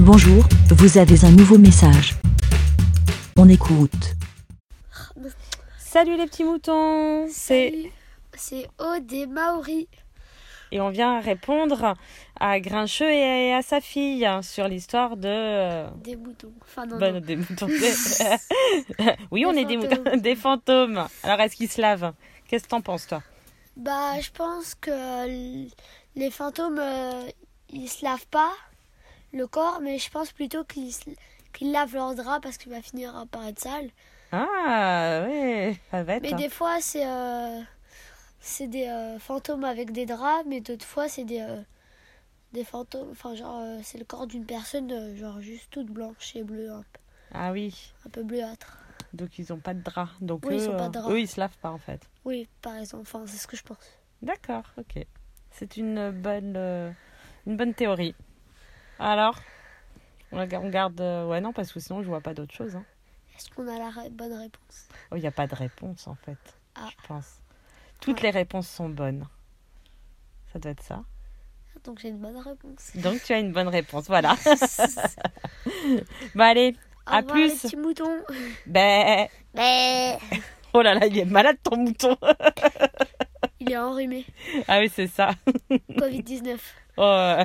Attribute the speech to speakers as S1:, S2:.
S1: Bonjour, vous avez un nouveau message. On écoute.
S2: Salut les petits moutons C'est
S3: Salut, C'est O des Maoris.
S2: et on vient répondre à Grincheux et à sa fille sur l'histoire de euh,
S3: Des moutons. Enfin, non,
S2: bah,
S3: non.
S2: des moutons. oui, on
S3: Des
S2: est des
S3: fantômes.
S2: moutons, des fantômes. Alors est-ce qu'ils se lavent Qu'est-ce que t'en penses toi
S3: Bah, je pense que l- les fantômes, euh, ils se lavent pas le corps, mais je pense plutôt qu'ils se- qu'ils lavent leur drap parce qu'il va finir par être sale.
S2: Ah ouais, ça va
S3: Mais
S2: être.
S3: des fois, c'est euh, c'est des euh, fantômes avec des draps, mais d'autres fois, c'est des, euh, des fantômes. Enfin, genre, euh, c'est le corps d'une personne, euh, genre juste toute blanche et bleue, un, p-
S2: Ah oui,
S3: un peu bleuâtre.
S2: donc ils ont pas de drap. Donc
S3: Oui,
S2: eux,
S3: ils ont pas de
S2: euh,
S3: drap.
S2: eux, ils se lavent pas en fait.
S3: Oui, par exemple. Enfin, c'est ce que je pense.
S2: D'accord, ok. C'est une bonne, euh, une bonne théorie. Alors, on la ga- on garde. euh, ouais, non, parce que sinon, je vois pas d'autre chose. hein.
S3: Est-ce qu'on a la ré- bonne réponse
S2: Oh, il n'y a pas de réponse, en fait,
S3: Ah.
S2: je pense. Toutes les réponses sont bonnes. Ça doit être ça.
S3: Donc j'ai une bonne réponse.
S2: Donc, tu as une bonne réponse, voilà. Bah, allez,
S3: Au
S2: À
S3: revoir,
S2: plus.
S3: les petits moutons.
S2: ben.
S3: Mais
S2: Oh là là, il est malade ton mouton.
S3: il est enrhumé.
S2: ah oui, c'est ça.
S3: Covid-19.
S2: Oh, euh,